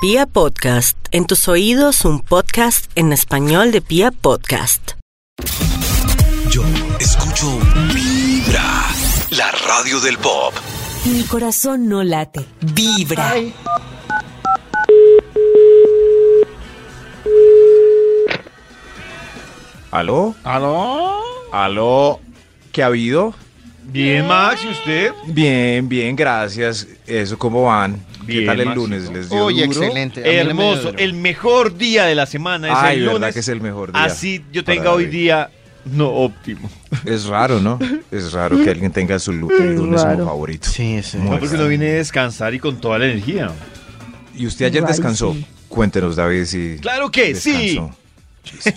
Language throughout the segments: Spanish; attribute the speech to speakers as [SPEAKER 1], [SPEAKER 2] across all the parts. [SPEAKER 1] Pia Podcast, en tus oídos un podcast en español de Pia Podcast.
[SPEAKER 2] Yo escucho Vibra, la radio del pop.
[SPEAKER 3] Y mi corazón no late, vibra.
[SPEAKER 4] ¿Aló?
[SPEAKER 5] ¿Aló?
[SPEAKER 4] ¿Aló? ¿Qué ha habido?
[SPEAKER 5] Bien, Max, ¿y usted?
[SPEAKER 4] Bien, bien, gracias. Eso, ¿cómo van? ¿Qué
[SPEAKER 5] Bien,
[SPEAKER 4] tal el
[SPEAKER 5] Maxito.
[SPEAKER 4] lunes? ¿Les dio
[SPEAKER 6] Oye,
[SPEAKER 4] duro?
[SPEAKER 6] excelente. Este, A mí no me
[SPEAKER 5] Hermoso.
[SPEAKER 6] dio
[SPEAKER 5] El mejor día de la semana es
[SPEAKER 4] Ay,
[SPEAKER 5] Pues el
[SPEAKER 4] verdad
[SPEAKER 5] lunes.
[SPEAKER 4] que es el mejor día.
[SPEAKER 5] Así yo
[SPEAKER 4] para
[SPEAKER 5] tenga hoy
[SPEAKER 4] David.
[SPEAKER 5] día no óptimo.
[SPEAKER 4] Es raro, ¿no? Es raro que alguien tenga su lu- el lunes como favorito.
[SPEAKER 6] Sí, sí.
[SPEAKER 4] Muy
[SPEAKER 5] No, pues porque
[SPEAKER 4] raro.
[SPEAKER 5] no vine a descansar y con toda la energía.
[SPEAKER 4] ¿Y usted ayer descansó? Cuéntenos, David, si
[SPEAKER 5] ¡Claro que sí!
[SPEAKER 4] descansó.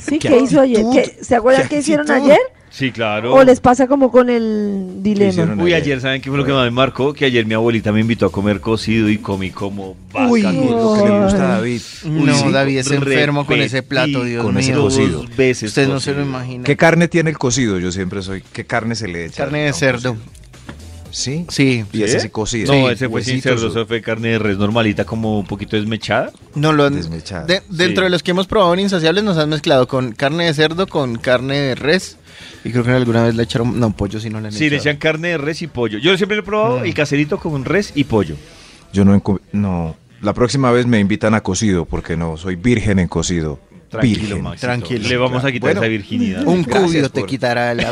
[SPEAKER 7] Sí, ¿qué, hizo ayer? ¿Qué- ¿Se acuerdan qué hicieron ayer?
[SPEAKER 5] Sí, claro.
[SPEAKER 7] ¿O les pasa como con el dilema?
[SPEAKER 4] Oh. hicieron?
[SPEAKER 5] Uy, ayer, ¿saben qué fue lo que más me marcó? Que ayer mi abuelita me invitó a comer cocido y comí como vaca.
[SPEAKER 4] Uy,
[SPEAKER 5] con
[SPEAKER 4] lo que le gusta a David.
[SPEAKER 6] No,
[SPEAKER 4] Uy, sí.
[SPEAKER 6] David es enfermo con ese plato, Dios
[SPEAKER 4] con ese
[SPEAKER 6] mío.
[SPEAKER 4] cocido.
[SPEAKER 5] Dos veces
[SPEAKER 6] Usted no se lo
[SPEAKER 5] cocido.
[SPEAKER 6] imagina.
[SPEAKER 4] ¿Qué carne tiene el cocido? Yo siempre soy. ¿Qué carne se le echa?
[SPEAKER 6] carne de cerdo?
[SPEAKER 4] ¿Sí?
[SPEAKER 6] Sí.
[SPEAKER 4] Y ese sí cocida.
[SPEAKER 5] No,
[SPEAKER 4] Sí,
[SPEAKER 5] ese fue sin
[SPEAKER 4] huesitos,
[SPEAKER 5] cerdo,
[SPEAKER 4] o-
[SPEAKER 5] ese fue carne de res normalita, como un poquito desmechada.
[SPEAKER 6] No lo han-
[SPEAKER 4] Desmechada.
[SPEAKER 6] de- dentro
[SPEAKER 5] Sí.
[SPEAKER 6] de los que hemos probado en Insaciables nos han mezclado con carne de cerdo, con carne de res. Y creo que alguna vez le echaron. No, pollo si no le han
[SPEAKER 5] Sí, le
[SPEAKER 6] echado.
[SPEAKER 5] echan carne de res y pollo. Yo siempre lo he probado
[SPEAKER 4] Mm.
[SPEAKER 5] el caserito con res y pollo.
[SPEAKER 4] Yo no, encu- no. La próxima vez me invitan a cocido porque no soy virgen en cocido.
[SPEAKER 5] Tranquilo,
[SPEAKER 4] virgen.
[SPEAKER 5] Maxito.
[SPEAKER 6] tranquilo.
[SPEAKER 5] Le vamos a quitar
[SPEAKER 4] Bueno.
[SPEAKER 5] esa virginidad.
[SPEAKER 6] Un
[SPEAKER 4] Gracias
[SPEAKER 6] cubio te
[SPEAKER 4] por-
[SPEAKER 6] quitará la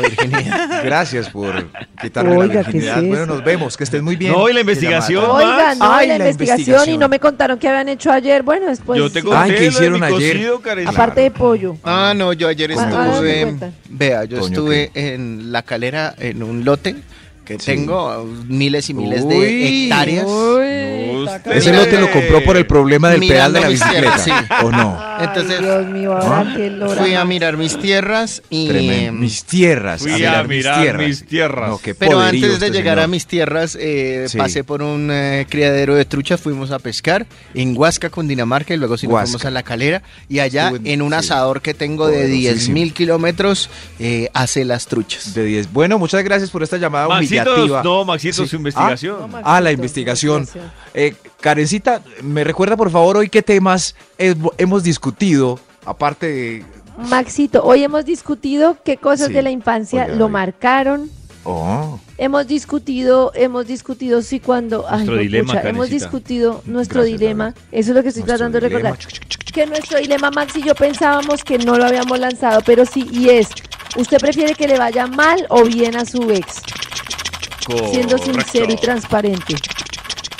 [SPEAKER 6] virginidad.
[SPEAKER 4] Gracias por quitarme la
[SPEAKER 7] Oiga, ¿qué es
[SPEAKER 4] virginidad.
[SPEAKER 7] eso?
[SPEAKER 4] bueno, nos vemos. Que estés muy bien.
[SPEAKER 5] No, y la investigación.
[SPEAKER 4] Llamada.
[SPEAKER 7] Oigan, no,
[SPEAKER 4] Ay,
[SPEAKER 7] la,
[SPEAKER 4] la
[SPEAKER 7] investigación y
[SPEAKER 4] investigación.
[SPEAKER 7] no me contaron qué habían hecho ayer. Bueno, después.
[SPEAKER 5] Yo te
[SPEAKER 7] sí.
[SPEAKER 5] conté
[SPEAKER 4] Ay, ¿qué
[SPEAKER 5] lo de
[SPEAKER 4] hicieron
[SPEAKER 5] mi
[SPEAKER 4] ayer?
[SPEAKER 5] cocido, Karencita.
[SPEAKER 7] Aparte de pollo.
[SPEAKER 6] Ah, no, yo ayer
[SPEAKER 7] ¿Cuándo- cuándo me
[SPEAKER 6] estuve.
[SPEAKER 7] cuentan?
[SPEAKER 6] Vea, yo
[SPEAKER 4] Coño,
[SPEAKER 6] estuve en la calera en un lote que
[SPEAKER 4] Sí.
[SPEAKER 6] tengo ah, miles y miles
[SPEAKER 4] Uy.
[SPEAKER 6] de hectáreas.
[SPEAKER 5] No, usted-
[SPEAKER 4] Ese no te lo compró por el problema del pedal
[SPEAKER 6] Mirando
[SPEAKER 4] de la
[SPEAKER 6] mis
[SPEAKER 4] bicicleta.
[SPEAKER 6] piernas,
[SPEAKER 4] ¿O no?
[SPEAKER 7] Ay,
[SPEAKER 6] Entonces-
[SPEAKER 7] Dios
[SPEAKER 4] ¿Ah?
[SPEAKER 7] mío, ahora qué lora.
[SPEAKER 6] Fui a mirar mis tierras y. mm,
[SPEAKER 4] Tremendo. Mis tierras.
[SPEAKER 5] Fui a mirar mis tierras.
[SPEAKER 4] No, qué
[SPEAKER 6] Pero
[SPEAKER 4] poderío
[SPEAKER 6] antes de
[SPEAKER 4] este
[SPEAKER 6] llegar a
[SPEAKER 4] señor.
[SPEAKER 6] mis tierras, eh,
[SPEAKER 4] Sí.
[SPEAKER 6] pasé por un eh, criadero de trucha, fuimos a pescar en Huasca, Cundinamarca, y luego sí nos
[SPEAKER 4] Huasca.
[SPEAKER 6] fuimos a La Calera, y allá
[SPEAKER 4] Estuve-
[SPEAKER 6] en un
[SPEAKER 4] sí.
[SPEAKER 6] asador que tengo de
[SPEAKER 4] Poderosísimo.
[SPEAKER 6] 10.000 kilómetros, eh, hace las truchas.
[SPEAKER 4] De 10. Bueno, muchas gracias por esta llamada humillativa.
[SPEAKER 5] Maxito, no, Maxito,
[SPEAKER 4] Sí.
[SPEAKER 5] su
[SPEAKER 7] No,
[SPEAKER 5] investigación.
[SPEAKER 7] Maxito,
[SPEAKER 4] Ah, la investigación.
[SPEAKER 7] investigación.
[SPEAKER 4] Eh, Karencita, me recuerda por favor hoy qué temas he- hemos discutido, aparte de...
[SPEAKER 7] Maxito, hoy hemos discutido qué cosas
[SPEAKER 4] Sí.
[SPEAKER 7] de la infancia
[SPEAKER 4] Oiga,
[SPEAKER 7] lo
[SPEAKER 4] oiga.
[SPEAKER 7] marcaron.
[SPEAKER 4] Oh,
[SPEAKER 7] Hemos discutido, hemos discutido sí cuando, ay,
[SPEAKER 5] Nuestro
[SPEAKER 7] no,
[SPEAKER 5] dilema,
[SPEAKER 7] pucha, hemos
[SPEAKER 5] Karencita.
[SPEAKER 7] discutido nuestro
[SPEAKER 4] Gracias,
[SPEAKER 7] dilema. Eso es lo que estoy
[SPEAKER 4] nuestro
[SPEAKER 7] tratando de
[SPEAKER 4] dilema.
[SPEAKER 7] recordar. que nuestro dilema, Max y yo pensábamos que no lo habíamos lanzado, pero sí, y es, ¿usted prefiere que le vaya mal o bien a su ex?
[SPEAKER 4] Ah.
[SPEAKER 7] Siendo sincero y
[SPEAKER 5] Correcto.
[SPEAKER 7] transparente.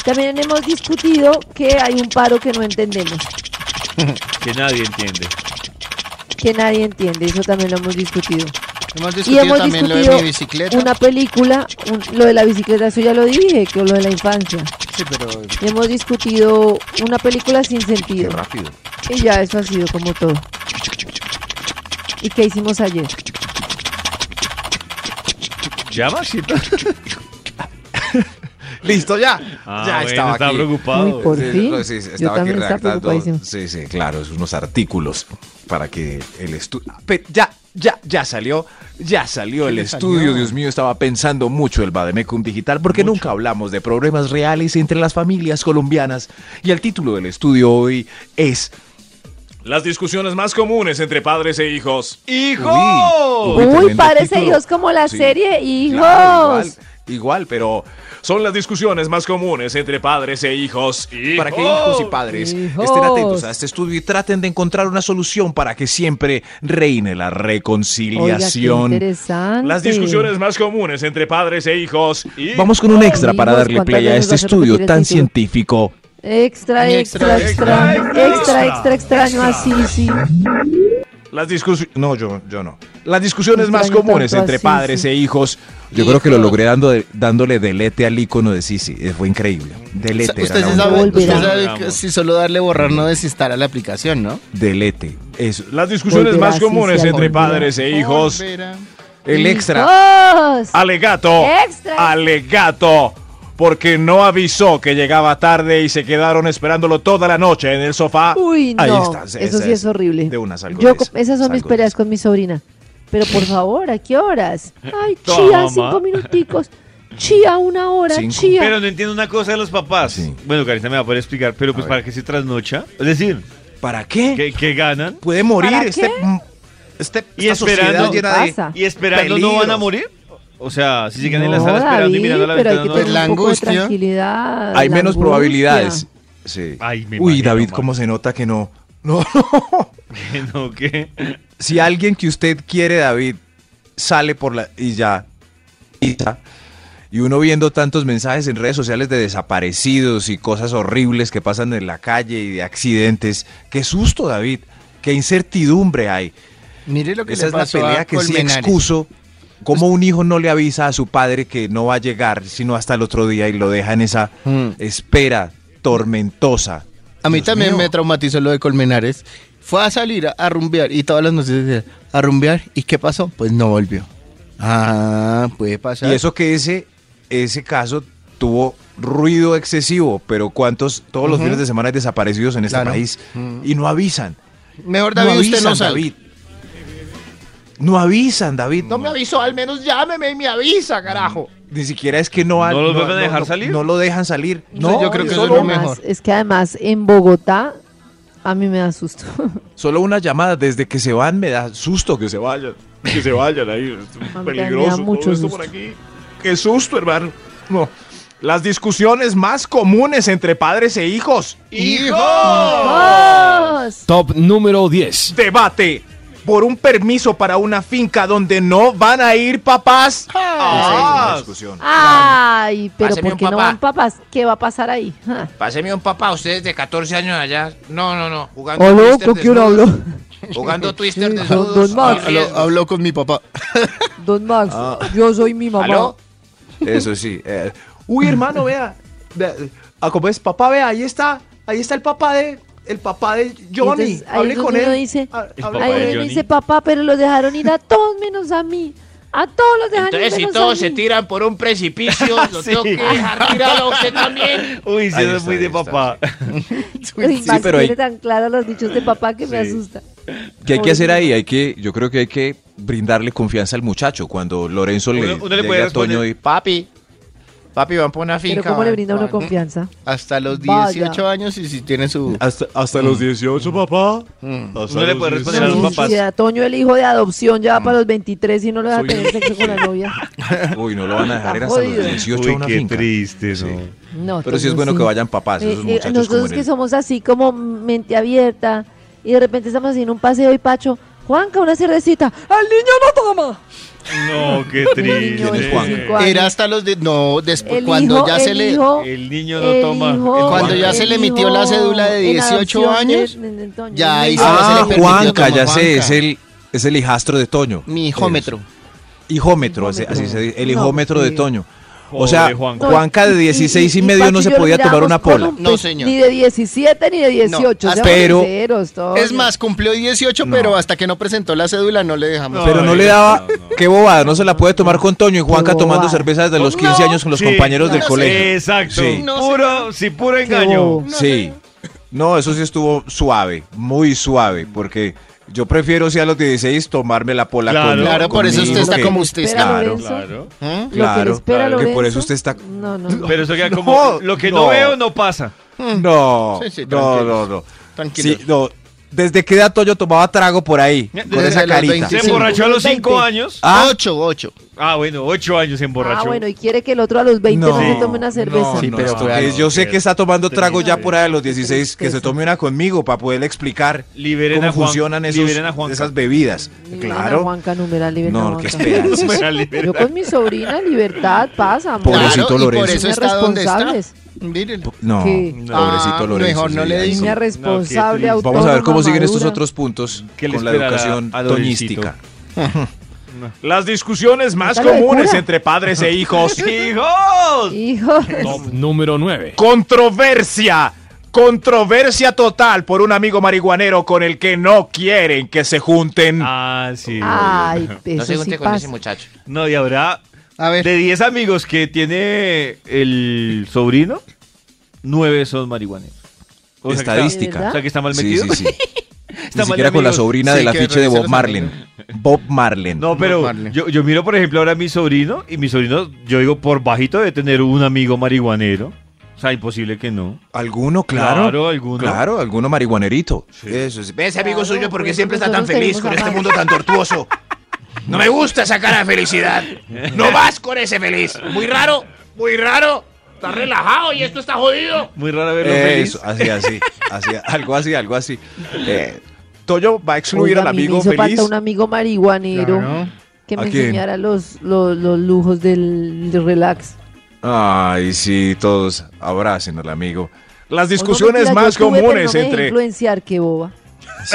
[SPEAKER 7] También hemos discutido que hay un paro que no entendemos,
[SPEAKER 5] Que nadie entiende.
[SPEAKER 7] que nadie entiende, eso también lo hemos discutido.
[SPEAKER 6] Hemos
[SPEAKER 7] Y
[SPEAKER 6] discutido
[SPEAKER 7] hemos
[SPEAKER 6] también lo
[SPEAKER 7] discutido
[SPEAKER 6] de mi bicicleta.
[SPEAKER 7] una película, un- lo de la bicicleta, eso ya lo dije, que lo de la infancia.
[SPEAKER 6] Sí, pero
[SPEAKER 7] Y hemos discutido una película sin
[SPEAKER 4] qué
[SPEAKER 7] sentido.
[SPEAKER 4] rápido.
[SPEAKER 7] Y ya eso ha sido como todo. ¿Y qué hicimos ayer?
[SPEAKER 5] ¿Ya, Maxito?
[SPEAKER 4] Listo, ya.
[SPEAKER 5] Ah,
[SPEAKER 4] ya
[SPEAKER 5] bueno,
[SPEAKER 4] estaba
[SPEAKER 5] estaba
[SPEAKER 4] aquí.
[SPEAKER 7] Uy,
[SPEAKER 5] preocupado.
[SPEAKER 7] por-
[SPEAKER 4] Sí,
[SPEAKER 7] fin.
[SPEAKER 4] no, sí, sí, estaba
[SPEAKER 7] Yo
[SPEAKER 4] aquí
[SPEAKER 7] también estaba
[SPEAKER 4] redactando.
[SPEAKER 7] preocupadísima.
[SPEAKER 4] Sí, sí, claro, es unos artículos para que el estudio. Ya, ya, ya salió. Ya salió el
[SPEAKER 6] le
[SPEAKER 4] estudio.
[SPEAKER 6] salió?
[SPEAKER 4] Dios mío, estaba pensando mucho el Bademecum Digital porque nunca hablamos de problemas reales entre las familias colombianas. Y el título del estudio hoy es. Las discusiones más comunes entre padres e hijos.
[SPEAKER 5] ¡Hijo!
[SPEAKER 4] Uy,
[SPEAKER 7] Uy,
[SPEAKER 4] tremendo
[SPEAKER 7] padres e
[SPEAKER 4] título.
[SPEAKER 7] hijos como la
[SPEAKER 4] Sí.
[SPEAKER 7] serie Hijos.
[SPEAKER 4] Claro, igual, igual, pero son las discusiones más comunes entre padres e hijos. Para que hijos y padres
[SPEAKER 7] ¡Hijos!
[SPEAKER 4] estén atentos a este estudio y traten de encontrar una solución para que siempre reine la reconciliación.
[SPEAKER 7] Oiga, qué interesante.
[SPEAKER 4] las discusiones más comunes entre padres e hijos. Vamos con un
[SPEAKER 7] ¡Hijos!
[SPEAKER 4] extra para darle
[SPEAKER 7] ¿Cuántas
[SPEAKER 4] play a
[SPEAKER 7] veces
[SPEAKER 4] este
[SPEAKER 7] vas a repetir
[SPEAKER 4] estudio
[SPEAKER 7] el
[SPEAKER 4] tan
[SPEAKER 7] título?
[SPEAKER 4] científico.
[SPEAKER 7] Extra, extra, extra, extra, extra, extraño así, sí.
[SPEAKER 4] Las discusiones. No, yo, yo no. Las discusiones
[SPEAKER 7] Extraño
[SPEAKER 4] más
[SPEAKER 7] tanto
[SPEAKER 4] comunes
[SPEAKER 7] a
[SPEAKER 4] entre
[SPEAKER 7] Sisi.
[SPEAKER 4] padres e hijos. Yo creo que lo logré dando de- dándole delete al icono de Sisi. Eh, Fue increíble. Delete. era
[SPEAKER 6] usted
[SPEAKER 4] la
[SPEAKER 6] sí
[SPEAKER 4] única.
[SPEAKER 6] sabe, usted
[SPEAKER 7] Volverá.
[SPEAKER 6] sabe que si solo darle borrar no desinstala la aplicación, ¿no?
[SPEAKER 4] Delete. Eso. Las
[SPEAKER 7] discusiones Volverá, más Sisi, comunes amor. entre padres
[SPEAKER 6] Volverá.
[SPEAKER 4] e El extra. Ah,
[SPEAKER 7] ¡Hijos!
[SPEAKER 4] Alegato.
[SPEAKER 7] Extra.
[SPEAKER 4] Alegato. Porque no avisó que llegaba tarde y se quedaron esperándolo toda la noche en el sofá.
[SPEAKER 7] Uy, no.
[SPEAKER 4] Ahí está.
[SPEAKER 7] Eso
[SPEAKER 4] Esa
[SPEAKER 7] sí es horrible.
[SPEAKER 4] De una salgo
[SPEAKER 7] Yo
[SPEAKER 4] de
[SPEAKER 7] co-
[SPEAKER 4] esa,
[SPEAKER 7] esas son mis
[SPEAKER 4] salgo de
[SPEAKER 7] peleas
[SPEAKER 4] esa.
[SPEAKER 7] con mi sobrina. Pero por favor, ¿a qué horas? Ay,
[SPEAKER 5] Toma,
[SPEAKER 7] chía,
[SPEAKER 5] mamá.
[SPEAKER 7] cinco minuticos. chía una hora,
[SPEAKER 4] Cinco.
[SPEAKER 7] chía.
[SPEAKER 5] Pero no entiendo una cosa de los papás.
[SPEAKER 4] Sí.
[SPEAKER 5] Bueno, Carita me va a poder explicar, pero pues
[SPEAKER 4] ver.
[SPEAKER 5] para qué se trasnocha. Es decir,
[SPEAKER 4] ¿Para qué?
[SPEAKER 5] ¿qué, qué ganan?
[SPEAKER 4] Puede morir
[SPEAKER 7] ¿Para
[SPEAKER 4] este,
[SPEAKER 7] qué?
[SPEAKER 4] mm, este
[SPEAKER 5] Y
[SPEAKER 4] esta
[SPEAKER 5] esperando-
[SPEAKER 4] sociedad llena de
[SPEAKER 7] Pasa.
[SPEAKER 5] ¿Y esperando no
[SPEAKER 4] peligros.
[SPEAKER 5] van a morir? O sea, si se quedan en la
[SPEAKER 7] No,
[SPEAKER 5] sala esperando y
[SPEAKER 7] David,
[SPEAKER 5] mirando a la
[SPEAKER 7] pero hay
[SPEAKER 5] ventana,
[SPEAKER 7] que
[SPEAKER 5] no-
[SPEAKER 6] Pues
[SPEAKER 7] tener
[SPEAKER 6] la
[SPEAKER 7] un poco de
[SPEAKER 6] angustia.
[SPEAKER 7] tranquilidad.
[SPEAKER 4] Hay
[SPEAKER 7] la
[SPEAKER 4] menos
[SPEAKER 7] angustia.
[SPEAKER 4] probabilidades. Sí.
[SPEAKER 5] Ay, me
[SPEAKER 4] Uy,
[SPEAKER 5] imagino,
[SPEAKER 4] David,
[SPEAKER 5] Mar.
[SPEAKER 4] cómo se nota que no. No.
[SPEAKER 5] que no, que-
[SPEAKER 4] si alguien que usted quiere, David, sale por la. y ya. Y ya. Y uno viendo tantos mensajes en redes sociales de desaparecidos y cosas horribles que pasan en la calle y de accidentes. Qué susto, David. Qué incertidumbre hay.
[SPEAKER 6] Mire lo que
[SPEAKER 4] Esa
[SPEAKER 6] le
[SPEAKER 4] es la
[SPEAKER 6] pasó
[SPEAKER 4] pelea
[SPEAKER 6] a
[SPEAKER 4] que sí
[SPEAKER 6] Colmenares.
[SPEAKER 4] excuso. ¿Cómo un hijo no le avisa a su padre que no va a llegar sino hasta el otro día y lo deja en esa
[SPEAKER 6] Mm.
[SPEAKER 4] espera tormentosa?
[SPEAKER 6] A mí
[SPEAKER 4] Dios
[SPEAKER 6] también
[SPEAKER 4] mío.
[SPEAKER 6] me traumatizó lo de Colmenares. Fue a salir a, a rumbear y todas las noches decía, a rumbear. ¿Y qué pasó? Pues no volvió. Ah, puede pasar.
[SPEAKER 4] Y eso que ese, ese caso tuvo ruido excesivo, pero cuántos, todos los
[SPEAKER 6] Ujú.
[SPEAKER 4] fines de semana hay desaparecidos en este
[SPEAKER 6] Claro.
[SPEAKER 4] país
[SPEAKER 6] Mm.
[SPEAKER 4] y no avisan.
[SPEAKER 6] Mejor
[SPEAKER 4] No
[SPEAKER 6] David, usted
[SPEAKER 4] avisan,
[SPEAKER 6] no sabe.
[SPEAKER 4] David. No avisan, David.
[SPEAKER 6] avisó, al menos llámeme y me avisa, carajo.
[SPEAKER 4] Ni siquiera es que no,
[SPEAKER 5] ¿No los vuelven a dejar salir?
[SPEAKER 4] No lo dejan salir.
[SPEAKER 6] No,
[SPEAKER 4] No,
[SPEAKER 6] yo creo que eso es
[SPEAKER 4] solo
[SPEAKER 6] lo
[SPEAKER 4] una-
[SPEAKER 6] mejor.
[SPEAKER 7] Además, es que además en Bogotá a mí me da susto.
[SPEAKER 4] Solo una llamada desde que se van me da susto que se vayan. Que se vayan ahí. Es
[SPEAKER 7] A mí
[SPEAKER 4] peligroso.
[SPEAKER 7] me da
[SPEAKER 4] todo
[SPEAKER 7] mucho
[SPEAKER 4] esto por
[SPEAKER 7] susto.
[SPEAKER 4] aquí. Qué susto, hermano. No. Las discusiones más comunes entre padres e hijos.
[SPEAKER 7] ¡Dios!
[SPEAKER 8] Top número 10.
[SPEAKER 4] Debate por un permiso para una finca donde no van a ir papás. Ah. Esa es una discusión.
[SPEAKER 7] Ay, pero
[SPEAKER 9] Páseme
[SPEAKER 7] ¿por
[SPEAKER 9] un
[SPEAKER 7] qué no
[SPEAKER 9] papá.
[SPEAKER 7] van papás? ¿Qué va a pasar ahí? Ah.
[SPEAKER 9] Páseme un papá, ustedes de 14 años allá. No, no, no. Jugando
[SPEAKER 7] Aló,
[SPEAKER 9] Twister
[SPEAKER 7] ¿con quién
[SPEAKER 9] desnudos.
[SPEAKER 7] habló?
[SPEAKER 9] Jugando Twister
[SPEAKER 7] Sí, don-
[SPEAKER 9] desnudos.
[SPEAKER 7] don Max.
[SPEAKER 9] sin riesgo.
[SPEAKER 6] Habló, habló con mi papá.
[SPEAKER 7] Don Max, yo soy mi mamá.
[SPEAKER 4] ¿Aló? Eso sí. eh. Uy, hermano, vea. Ve- ah, ¿Cómo es? Papá, vea, ahí está. Ahí está el papá de. El papá de Johnny.
[SPEAKER 7] Entonces, ahí
[SPEAKER 4] Hable
[SPEAKER 7] es donde
[SPEAKER 4] con
[SPEAKER 7] uno
[SPEAKER 4] él.
[SPEAKER 7] dice-
[SPEAKER 4] Ha-
[SPEAKER 5] El
[SPEAKER 4] hable
[SPEAKER 5] papá
[SPEAKER 4] con
[SPEAKER 7] Ahí
[SPEAKER 5] de
[SPEAKER 4] él.
[SPEAKER 7] él
[SPEAKER 5] Johnny.
[SPEAKER 7] dice papá, pero los dejaron ir a todos menos a mí. A todos los dejaron
[SPEAKER 9] Entonces,
[SPEAKER 7] ir
[SPEAKER 9] si
[SPEAKER 7] menos a
[SPEAKER 9] todos
[SPEAKER 7] mí.
[SPEAKER 9] se tiran por un precipicio, lo tengo que dejar tirado a usted también.
[SPEAKER 5] Uy, si
[SPEAKER 4] Ahí
[SPEAKER 5] eso es
[SPEAKER 4] está,
[SPEAKER 5] muy
[SPEAKER 4] ahí
[SPEAKER 5] de
[SPEAKER 4] está.
[SPEAKER 5] papá.
[SPEAKER 7] Uy,
[SPEAKER 4] Sí,
[SPEAKER 7] Max
[SPEAKER 4] pero
[SPEAKER 7] tiene
[SPEAKER 4] ahí-
[SPEAKER 7] tan claros los dichos de papá que me
[SPEAKER 5] Sí.
[SPEAKER 7] asusta.
[SPEAKER 4] ¿Qué hay que hacer ahí? Hay que, yo creo que hay que brindarle confianza al muchacho cuando Lorenzo le,
[SPEAKER 5] Uno- uno le
[SPEAKER 4] llegue
[SPEAKER 5] puede
[SPEAKER 4] a Toño
[SPEAKER 5] responder.
[SPEAKER 4] y
[SPEAKER 9] Papi, papi, van por una finca.
[SPEAKER 7] Pero ¿cómo le
[SPEAKER 9] van-
[SPEAKER 7] brinda uno
[SPEAKER 9] van-
[SPEAKER 7] confianza?
[SPEAKER 6] Hasta los
[SPEAKER 7] Vaya.
[SPEAKER 6] 18 años y si tiene su...
[SPEAKER 4] hasta, hasta los 18, papá. Hasta
[SPEAKER 5] No le
[SPEAKER 4] los
[SPEAKER 5] puede
[SPEAKER 4] 18.
[SPEAKER 5] responder a Pues, los
[SPEAKER 7] No,
[SPEAKER 5] papás.
[SPEAKER 7] si a Toño el hijo de adopción ya va para los 23 y no lo va a tener sexo con la novia.
[SPEAKER 4] Uy, no lo van a dejar ir
[SPEAKER 7] Está
[SPEAKER 4] hasta los
[SPEAKER 7] jodido.
[SPEAKER 4] 18 a
[SPEAKER 5] Uy,
[SPEAKER 4] una
[SPEAKER 5] qué
[SPEAKER 4] finca.
[SPEAKER 5] triste, ¿no?
[SPEAKER 4] Sí.
[SPEAKER 7] No,
[SPEAKER 4] Pero sí
[SPEAKER 7] Toño,
[SPEAKER 4] es bueno que vayan papás,
[SPEAKER 7] Eh,
[SPEAKER 4] esos
[SPEAKER 7] eh,
[SPEAKER 4] muchachos como
[SPEAKER 7] nosotros
[SPEAKER 4] en
[SPEAKER 7] que
[SPEAKER 4] el-
[SPEAKER 7] somos así como mente abierta y de repente estamos haciendo un paseo y Pacho, Juanca, una cervecita. ¡Al niño no toma!
[SPEAKER 5] No, qué
[SPEAKER 7] niño de
[SPEAKER 5] triste.
[SPEAKER 7] cinco años.
[SPEAKER 6] Era hasta los... de- no, después,
[SPEAKER 7] El
[SPEAKER 6] cuando
[SPEAKER 7] hijo,
[SPEAKER 6] ya se
[SPEAKER 7] el
[SPEAKER 6] le...
[SPEAKER 7] hijo-
[SPEAKER 5] El niño no
[SPEAKER 7] el
[SPEAKER 5] toma.
[SPEAKER 7] hijo-
[SPEAKER 5] El
[SPEAKER 6] Cuando ya
[SPEAKER 5] Juan-
[SPEAKER 6] se
[SPEAKER 7] el
[SPEAKER 6] le emitió la
[SPEAKER 7] hijo
[SPEAKER 6] cédula de
[SPEAKER 7] en
[SPEAKER 6] 18
[SPEAKER 7] adopción de-
[SPEAKER 6] años,
[SPEAKER 7] de- de Toño.
[SPEAKER 6] ya ahí se
[SPEAKER 7] Ah,
[SPEAKER 6] le
[SPEAKER 4] Ah,
[SPEAKER 6] permitió
[SPEAKER 4] Juanca,
[SPEAKER 6] tomar
[SPEAKER 4] ya sé,
[SPEAKER 6] Juanca.
[SPEAKER 4] es el, es el hijastro de Toño.
[SPEAKER 6] Mi hijómetro.
[SPEAKER 4] Hijómetro, así- así se dice, el
[SPEAKER 7] No,
[SPEAKER 4] hijómetro
[SPEAKER 7] pues,
[SPEAKER 4] de
[SPEAKER 7] sí.
[SPEAKER 4] Toño. O
[SPEAKER 5] Pobre
[SPEAKER 4] sea,
[SPEAKER 5] Juanca.
[SPEAKER 4] Juanca de
[SPEAKER 7] Y- y-
[SPEAKER 4] 16 y
[SPEAKER 7] y
[SPEAKER 4] medio
[SPEAKER 7] Pacho
[SPEAKER 4] no
[SPEAKER 7] y
[SPEAKER 4] se
[SPEAKER 7] yo
[SPEAKER 4] podía
[SPEAKER 7] lo
[SPEAKER 4] tomar
[SPEAKER 7] miramos
[SPEAKER 4] una
[SPEAKER 7] con
[SPEAKER 4] pola.
[SPEAKER 7] un
[SPEAKER 6] No,
[SPEAKER 7] pe-
[SPEAKER 6] señor.
[SPEAKER 7] Ni de 17 ni de 18.
[SPEAKER 6] hasta-
[SPEAKER 7] seamos
[SPEAKER 4] Pero-
[SPEAKER 7] sinceros, Toño.
[SPEAKER 6] Es más, cumplió 18, pero hasta que no presentó la cédula no le dejamos.
[SPEAKER 4] Pero no
[SPEAKER 5] Ay,
[SPEAKER 4] le daba,
[SPEAKER 5] no, no.
[SPEAKER 4] qué bobada, no se la puede tomar con Toño y Juanca
[SPEAKER 7] Qué
[SPEAKER 4] tomando
[SPEAKER 7] bobada.
[SPEAKER 4] cerveza desde los 15 años con los
[SPEAKER 5] Sí,
[SPEAKER 4] compañeros del
[SPEAKER 6] no,
[SPEAKER 4] colegio.
[SPEAKER 5] Exacto.
[SPEAKER 4] Sí.
[SPEAKER 6] No,
[SPEAKER 5] Puro, sí, puro
[SPEAKER 7] bobo.
[SPEAKER 5] engaño.
[SPEAKER 4] Sí. No, eso sí estuvo suave, muy suave, porque yo prefiero, si a los 16, tomarme la pola
[SPEAKER 5] Claro.
[SPEAKER 4] con-
[SPEAKER 6] Claro, por eso
[SPEAKER 4] conmigo,
[SPEAKER 6] usted está
[SPEAKER 4] que-
[SPEAKER 6] como usted está.
[SPEAKER 7] Espera,
[SPEAKER 4] Claro,
[SPEAKER 7] Lorenzo,
[SPEAKER 5] Claro.
[SPEAKER 6] ¿Mm?
[SPEAKER 7] lo que le
[SPEAKER 4] Claro,
[SPEAKER 7] espera
[SPEAKER 4] claro, que por
[SPEAKER 7] Lorenzo.
[SPEAKER 4] eso usted está-
[SPEAKER 7] No, no, Ah, no.
[SPEAKER 5] Pero eso queda como
[SPEAKER 4] No,
[SPEAKER 5] lo que no,
[SPEAKER 4] no.
[SPEAKER 5] veo no pasa.
[SPEAKER 7] Mm.
[SPEAKER 4] No,
[SPEAKER 6] Sí, sí,
[SPEAKER 4] no,
[SPEAKER 6] tranquilos.
[SPEAKER 4] no, no.
[SPEAKER 6] Tranquilos.
[SPEAKER 4] Sí, no. ¿Desde qué edad Toño tomaba trago por ahí?
[SPEAKER 5] Desde
[SPEAKER 4] Con esa
[SPEAKER 6] los
[SPEAKER 4] carita.
[SPEAKER 6] 25.
[SPEAKER 5] Se
[SPEAKER 6] Sí.
[SPEAKER 5] emborrachó a los
[SPEAKER 7] 20.
[SPEAKER 5] 5 años.
[SPEAKER 4] Ah.
[SPEAKER 6] 8, 8.
[SPEAKER 5] Ah, bueno, 8 años se emborrachó.
[SPEAKER 7] Ah, bueno, y quiere que el otro a los 20 no, se tome una cerveza.
[SPEAKER 4] no,
[SPEAKER 6] Sí,
[SPEAKER 4] no,
[SPEAKER 6] pero
[SPEAKER 4] esto
[SPEAKER 6] fue
[SPEAKER 4] que
[SPEAKER 6] algo
[SPEAKER 4] es, yo sé
[SPEAKER 5] triste.
[SPEAKER 4] que está tomando trago ya por ahí a los 16, que se
[SPEAKER 7] Tristeza.
[SPEAKER 4] tome una conmigo para poderle explicar
[SPEAKER 5] Liberen
[SPEAKER 4] cómo
[SPEAKER 5] a Juan-
[SPEAKER 4] funcionan esos-
[SPEAKER 5] liberen a Juanca.
[SPEAKER 4] esas bebidas.
[SPEAKER 7] Liberen a
[SPEAKER 4] Claro.
[SPEAKER 7] Juanca, numeral, liberen a
[SPEAKER 4] No, qué
[SPEAKER 7] Juanca.
[SPEAKER 4] esperanzas.
[SPEAKER 5] Fuera libre.
[SPEAKER 7] Yo con mi sobrina, libertad, pasa. amor.
[SPEAKER 4] Pobrecito
[SPEAKER 6] claro, y por
[SPEAKER 4] Lorenzo.
[SPEAKER 6] eso
[SPEAKER 7] Niñas
[SPEAKER 6] está donde está.
[SPEAKER 7] responsables.
[SPEAKER 6] Mírenlo.
[SPEAKER 4] No,
[SPEAKER 7] Sí.
[SPEAKER 4] pobrecito
[SPEAKER 6] Ah,
[SPEAKER 4] Lorenzo.
[SPEAKER 6] mejor no
[SPEAKER 4] sí,
[SPEAKER 6] le
[SPEAKER 4] ahí
[SPEAKER 6] digo.
[SPEAKER 4] sí.
[SPEAKER 7] Niña responsable,
[SPEAKER 5] No, qué
[SPEAKER 7] autónoma,
[SPEAKER 4] Vamos a ver cómo siguen estos
[SPEAKER 7] madura.
[SPEAKER 4] otros puntos
[SPEAKER 5] ¿Qué le
[SPEAKER 4] con la
[SPEAKER 5] esperará
[SPEAKER 4] educación
[SPEAKER 5] a Lorencito?
[SPEAKER 4] toñística.
[SPEAKER 5] Las discusiones más
[SPEAKER 7] Dale, comunes cura.
[SPEAKER 5] entre padres e hijos. ¡Hijos!
[SPEAKER 7] Hijo.
[SPEAKER 8] Top número 9.
[SPEAKER 4] Controversia. Controversia total por un amigo marihuanero con el que no quieren que se junten.
[SPEAKER 5] Ah, sí.
[SPEAKER 7] Ay,
[SPEAKER 9] No se
[SPEAKER 7] eso sí
[SPEAKER 9] junte con ese
[SPEAKER 7] pasa.
[SPEAKER 9] muchacho.
[SPEAKER 5] No, y habrá
[SPEAKER 6] A ver.
[SPEAKER 5] de 10 amigos que tiene el sobrino, 9 son marihuaneros. O sea que está-
[SPEAKER 4] Estadística.
[SPEAKER 7] ¿De verdad?
[SPEAKER 5] o sea que está mal
[SPEAKER 4] Sí,
[SPEAKER 5] metido.
[SPEAKER 4] sí, sí.
[SPEAKER 5] Está
[SPEAKER 4] Ni
[SPEAKER 5] mal de
[SPEAKER 4] siquiera con la
[SPEAKER 5] amigos.
[SPEAKER 4] sobrina
[SPEAKER 6] Sí,
[SPEAKER 4] del
[SPEAKER 6] que
[SPEAKER 4] afiche de
[SPEAKER 6] revise
[SPEAKER 4] Bob
[SPEAKER 6] los
[SPEAKER 4] Marley.
[SPEAKER 6] amigos.
[SPEAKER 4] Bob Marlen.
[SPEAKER 5] No, pero
[SPEAKER 6] Marley.
[SPEAKER 5] yo, yo miro, por ejemplo, ahora a mi sobrino, y mi sobrino, yo digo, por bajito debe tener un amigo marihuanero. O sea, imposible que no.
[SPEAKER 4] ¿Alguno, claro?
[SPEAKER 5] Claro, alguno.
[SPEAKER 4] Claro, alguno marihuanerito.
[SPEAKER 9] Eso sí. Ve ese amigo
[SPEAKER 7] Claro,
[SPEAKER 9] suyo porque
[SPEAKER 7] pues,
[SPEAKER 9] siempre está tan
[SPEAKER 7] nosotros
[SPEAKER 9] feliz
[SPEAKER 7] queremos
[SPEAKER 9] con este
[SPEAKER 7] amar.
[SPEAKER 9] mundo tan tortuoso. No me gusta esa cara de felicidad. No vas con ese feliz. Muy raro, muy raro. Está relajado y esto está jodido.
[SPEAKER 5] Muy rara verlo feliz.
[SPEAKER 4] Eso, así, así, así, algo así, algo así. Eh, Toyo va a excluir
[SPEAKER 7] Oiga,
[SPEAKER 4] al
[SPEAKER 7] a mí me
[SPEAKER 4] amigo
[SPEAKER 7] hizo
[SPEAKER 4] feliz.
[SPEAKER 7] falta un amigo marihuanero
[SPEAKER 6] Claro.
[SPEAKER 7] que me
[SPEAKER 4] ¿A quién?
[SPEAKER 7] enseñara los, los, los lujos del, del relax.
[SPEAKER 4] Ay, sí, todos abracen al amigo. Las
[SPEAKER 7] Oiga,
[SPEAKER 4] discusiones
[SPEAKER 7] mentira, yo
[SPEAKER 4] más
[SPEAKER 7] tuve, pero
[SPEAKER 4] comunes
[SPEAKER 7] no me dejé
[SPEAKER 4] entre
[SPEAKER 7] influenciar, qué boba.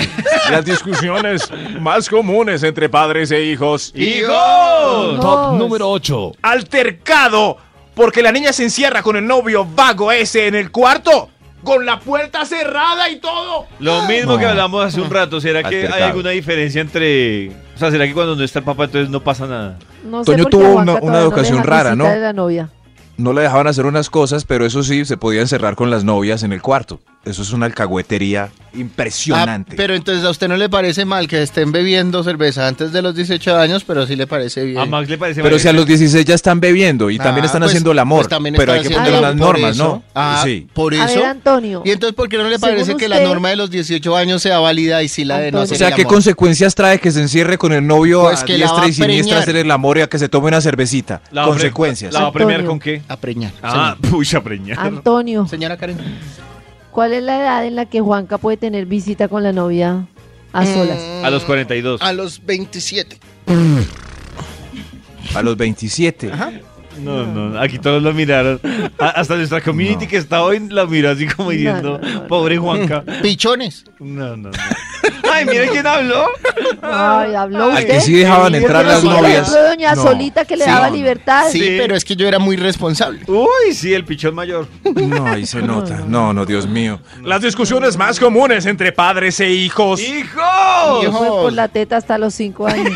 [SPEAKER 4] las discusiones más comunes entre padres e hijos.
[SPEAKER 5] ¡Hijo!
[SPEAKER 7] Dos.
[SPEAKER 8] Top número 8.
[SPEAKER 4] altercado porque la niña se encierra con el novio vago ese en el cuarto.
[SPEAKER 9] Con la puerta cerrada y todo.
[SPEAKER 5] Lo mismo que hablamos hace un rato, ¿será que hay
[SPEAKER 4] Altercado.
[SPEAKER 5] alguna diferencia entre... O sea, ¿será que cuando no está el papá entonces no pasa nada?
[SPEAKER 7] No
[SPEAKER 4] Toño
[SPEAKER 7] por qué
[SPEAKER 4] tuvo
[SPEAKER 7] a Juanca
[SPEAKER 4] una- una
[SPEAKER 7] todavía le
[SPEAKER 4] educación
[SPEAKER 7] dejan
[SPEAKER 4] rara,
[SPEAKER 7] visitar
[SPEAKER 4] ¿no?
[SPEAKER 7] a la novia.
[SPEAKER 4] No le dejaban hacer unas cosas, pero eso sí, se podía encerrar con las novias en el cuarto. Eso es una alcahuetería
[SPEAKER 6] Ah,
[SPEAKER 4] impresionante.
[SPEAKER 6] pero entonces a usted no le parece mal que estén bebiendo cerveza antes de los 18 años, pero sí le parece bien.
[SPEAKER 5] A Max le parece...
[SPEAKER 4] Pero
[SPEAKER 5] mal.
[SPEAKER 4] si a los 16 ya están bebiendo y también
[SPEAKER 6] Ah,
[SPEAKER 4] están
[SPEAKER 6] pues-
[SPEAKER 4] haciendo el amor,
[SPEAKER 6] pues también
[SPEAKER 4] pero
[SPEAKER 6] están
[SPEAKER 4] hay que
[SPEAKER 6] haciendo
[SPEAKER 4] poner
[SPEAKER 7] el
[SPEAKER 4] unas
[SPEAKER 6] amor por
[SPEAKER 4] normas,
[SPEAKER 6] eso.
[SPEAKER 4] ¿no?
[SPEAKER 6] Ah,
[SPEAKER 4] sí.
[SPEAKER 6] Por
[SPEAKER 7] A
[SPEAKER 6] eso.
[SPEAKER 7] ver, Antonio.
[SPEAKER 6] y entonces, ¿por qué no le
[SPEAKER 7] según
[SPEAKER 6] parece que la
[SPEAKER 7] usted-
[SPEAKER 6] norma de los 18 años sea válida y si la de no
[SPEAKER 7] Antonio.
[SPEAKER 6] hacer
[SPEAKER 4] O sea,
[SPEAKER 6] pues, el
[SPEAKER 4] ¿qué
[SPEAKER 6] amor?
[SPEAKER 4] consecuencias trae que se encierre con el novio
[SPEAKER 6] Pues
[SPEAKER 4] a
[SPEAKER 6] que la va
[SPEAKER 4] diestra
[SPEAKER 6] a
[SPEAKER 4] y siniestra
[SPEAKER 6] preñar.
[SPEAKER 4] hacer el amor y a que se tome una cervecita?
[SPEAKER 5] La va a pre-
[SPEAKER 4] consecuencias.
[SPEAKER 5] ¿La va a premiar
[SPEAKER 7] Antonio.
[SPEAKER 5] con qué?
[SPEAKER 6] A preñar.
[SPEAKER 5] Ah, pucha, preñar.
[SPEAKER 7] Antonio,
[SPEAKER 6] Señora- Señora Karen.
[SPEAKER 7] ¿cuál es la edad en la que Juanca puede tener visita con la novia a
[SPEAKER 6] Eh.
[SPEAKER 7] solas?
[SPEAKER 5] A los 42.
[SPEAKER 6] A los 27.
[SPEAKER 4] A los 27.
[SPEAKER 5] No, no, aquí todos lo miraron. A- hasta nuestra community
[SPEAKER 4] No.
[SPEAKER 5] que está hoy la miró así como diciendo,
[SPEAKER 7] no, no.
[SPEAKER 5] pobre Juanca.
[SPEAKER 6] Pichones.
[SPEAKER 5] No, no, no. Ay, mira quién habló.
[SPEAKER 7] Ay, habló
[SPEAKER 4] Al
[SPEAKER 7] usted.
[SPEAKER 4] que sí dejaban
[SPEAKER 5] Sí,
[SPEAKER 4] entrar
[SPEAKER 5] pero
[SPEAKER 4] las
[SPEAKER 5] sí,
[SPEAKER 7] por
[SPEAKER 4] novias.
[SPEAKER 7] ejemplo, doña
[SPEAKER 4] No. pues,
[SPEAKER 7] Solita que le
[SPEAKER 6] Sí.
[SPEAKER 7] daba libertad.
[SPEAKER 6] Sí,
[SPEAKER 5] Sí.
[SPEAKER 6] pero es que yo era muy responsable.
[SPEAKER 5] Uy, sí, el pichón mayor.
[SPEAKER 4] No, ahí se nota. No, no, Dios mío. Las discusiones más comunes entre padres e hijos.
[SPEAKER 7] Que
[SPEAKER 5] ¡Hijo!
[SPEAKER 7] fue Pues, por la teta hasta los cinco años.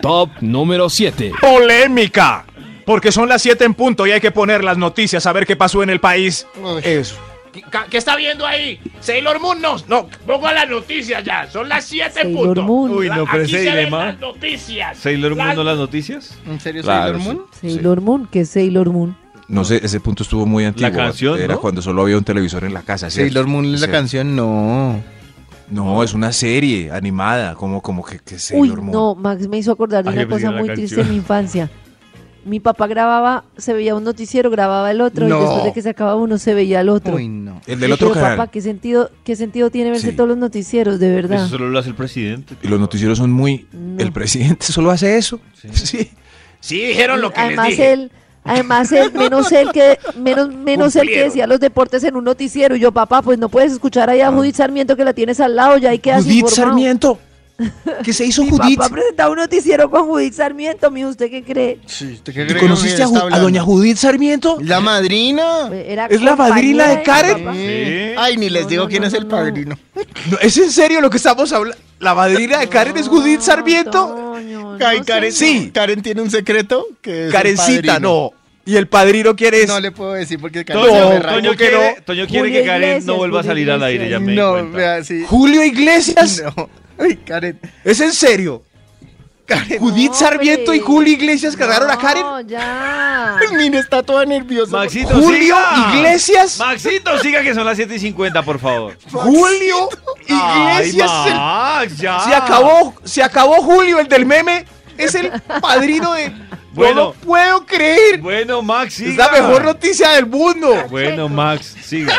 [SPEAKER 8] Top número 7.
[SPEAKER 4] Polémica. Porque son las 7 en punto y hay que poner las noticias a ver qué pasó en el país.
[SPEAKER 6] Uy.
[SPEAKER 4] Eso.
[SPEAKER 9] ¿Qué, ca- qué está viendo ahí? Sailor Moon no. No, pongo las noticias ya. Son las 7 en
[SPEAKER 7] Sailor
[SPEAKER 9] punto.
[SPEAKER 7] Moon.
[SPEAKER 5] Uy, no, pero
[SPEAKER 9] Aquí
[SPEAKER 5] ese
[SPEAKER 9] se ven
[SPEAKER 5] dilema.
[SPEAKER 9] las noticias.
[SPEAKER 5] ¿Sailor Moon
[SPEAKER 9] Las-
[SPEAKER 5] no las noticias?
[SPEAKER 6] ¿En serio,
[SPEAKER 4] Claro,
[SPEAKER 6] Sailor Moon?
[SPEAKER 7] Sailor Moon, que es Sailor Moon.
[SPEAKER 4] No sé, ese punto estuvo muy antiguo.
[SPEAKER 5] canción,
[SPEAKER 4] Era
[SPEAKER 5] ¿no?
[SPEAKER 4] cuando solo había un televisor en la casa. ¿cierto?
[SPEAKER 6] Sailor Moon es la
[SPEAKER 4] Sí.
[SPEAKER 6] canción, no.
[SPEAKER 4] No, es una serie animada, como, como que, que
[SPEAKER 7] Uy,
[SPEAKER 4] Sailor Moon.
[SPEAKER 7] no, Max me hizo acordar de
[SPEAKER 5] Ah,
[SPEAKER 7] una
[SPEAKER 5] yo pensé que
[SPEAKER 7] cosa
[SPEAKER 5] era la
[SPEAKER 7] muy
[SPEAKER 5] canción.
[SPEAKER 7] triste en mi infancia. Mi papá grababa, se veía un noticiero, grababa el otro,
[SPEAKER 6] No.
[SPEAKER 7] y después de que se acababa uno, se veía el otro.
[SPEAKER 6] Uy, no.
[SPEAKER 4] El del
[SPEAKER 7] Yo
[SPEAKER 4] otro
[SPEAKER 7] creo,
[SPEAKER 4] canal.
[SPEAKER 7] papá, ¿qué sentido, ¿qué sentido tiene verse
[SPEAKER 4] Sí.
[SPEAKER 7] todos los noticieros, de verdad?
[SPEAKER 5] Eso solo lo hace el presidente.
[SPEAKER 4] Y los noticieros son muy...
[SPEAKER 7] No.
[SPEAKER 4] El presidente solo hace eso. sí.
[SPEAKER 9] Sí, dijeron lo que
[SPEAKER 7] además
[SPEAKER 9] les dije.
[SPEAKER 7] él, además él, menos él que, menos, menos él que
[SPEAKER 9] Cumplieron.
[SPEAKER 7] decía los deportes en un noticiero. Y yo, papá, pues no puedes escuchar
[SPEAKER 9] Ah.
[SPEAKER 7] ahí a Judith Sarmiento que la tienes al lado, ya ahí quedas
[SPEAKER 4] Judith
[SPEAKER 7] informado.
[SPEAKER 4] Sarmiento. ¿Qué se hizo
[SPEAKER 7] Mi
[SPEAKER 4] Judith?
[SPEAKER 7] papá presentaba un noticiero con Judith Sarmiento, mijo, ¿usted qué cree?
[SPEAKER 6] Sí,
[SPEAKER 4] ¿Y ¿Conociste a, Ju- a doña Judith Sarmiento?
[SPEAKER 6] La madrina.
[SPEAKER 7] Era
[SPEAKER 4] ¿Es la madrina de
[SPEAKER 7] compañera mi
[SPEAKER 4] Karen?
[SPEAKER 7] papá.
[SPEAKER 5] Sí.
[SPEAKER 6] Ay, ni les
[SPEAKER 7] No,
[SPEAKER 6] digo
[SPEAKER 7] no,
[SPEAKER 6] quién
[SPEAKER 7] no,
[SPEAKER 6] es el
[SPEAKER 7] no, no.
[SPEAKER 6] padrino.
[SPEAKER 4] No, ¿Es en serio lo que estamos hablando? ¿La madrina de Karen es Judith Sarmiento?
[SPEAKER 7] Toño,
[SPEAKER 6] Ay,
[SPEAKER 7] Pues no
[SPEAKER 6] Karen,
[SPEAKER 7] señor.
[SPEAKER 6] sí. Karen tiene un secreto que es el
[SPEAKER 4] Karencita,
[SPEAKER 6] padrino.
[SPEAKER 4] no. ¿Y el padrino quién es?
[SPEAKER 6] No le puedo decir porque Karen se
[SPEAKER 5] Toño,
[SPEAKER 6] aferra.
[SPEAKER 5] Toño
[SPEAKER 4] ¿cómo que
[SPEAKER 5] quiere,
[SPEAKER 4] no?
[SPEAKER 5] Toño quiere
[SPEAKER 7] Julio
[SPEAKER 5] que Karen no
[SPEAKER 7] Iglesias,
[SPEAKER 5] vuelva a
[SPEAKER 7] Julio
[SPEAKER 5] salir al aire, ya me di
[SPEAKER 6] No,
[SPEAKER 5] cuenta.
[SPEAKER 6] vea, sí.
[SPEAKER 4] ¿Julio Iglesias?
[SPEAKER 6] No. Ay, Karen.
[SPEAKER 4] ¿Es en serio? ¿Judith
[SPEAKER 7] No,
[SPEAKER 4] Sarmiento y
[SPEAKER 7] hombre.
[SPEAKER 4] Julio Iglesias cargaron a Karen?
[SPEAKER 7] No, ya.
[SPEAKER 6] Mira, está toda nerviosa.
[SPEAKER 5] Maxito,
[SPEAKER 4] ¿Julio
[SPEAKER 5] siga.
[SPEAKER 4] Iglesias?
[SPEAKER 5] Maxito, siga que son las 7 y 50, por favor.
[SPEAKER 4] ¿Julio Iglesias?
[SPEAKER 5] Ay, Max, ya.
[SPEAKER 4] Se acabó, se acabó Julio, el del meme. Es el padrino de...
[SPEAKER 5] Bueno.
[SPEAKER 4] No lo puedo creer.
[SPEAKER 5] Bueno, Max, siga.
[SPEAKER 4] Es la mejor noticia del mundo.
[SPEAKER 5] Bueno, Max, siga.